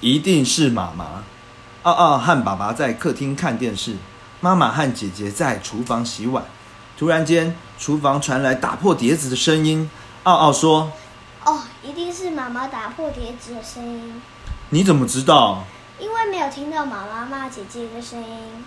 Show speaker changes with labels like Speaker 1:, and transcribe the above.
Speaker 1: 一定是妈妈。奥奥和爸爸在客厅看电视，妈妈和姐姐在厨房洗碗。突然间，厨房传来打破碟子的声音。奥奥说
Speaker 2: 哦，一定是妈妈打破碟子的声音，：“
Speaker 1: 你怎么知道？
Speaker 2: 因为没有听到妈妈骂姐姐的声音。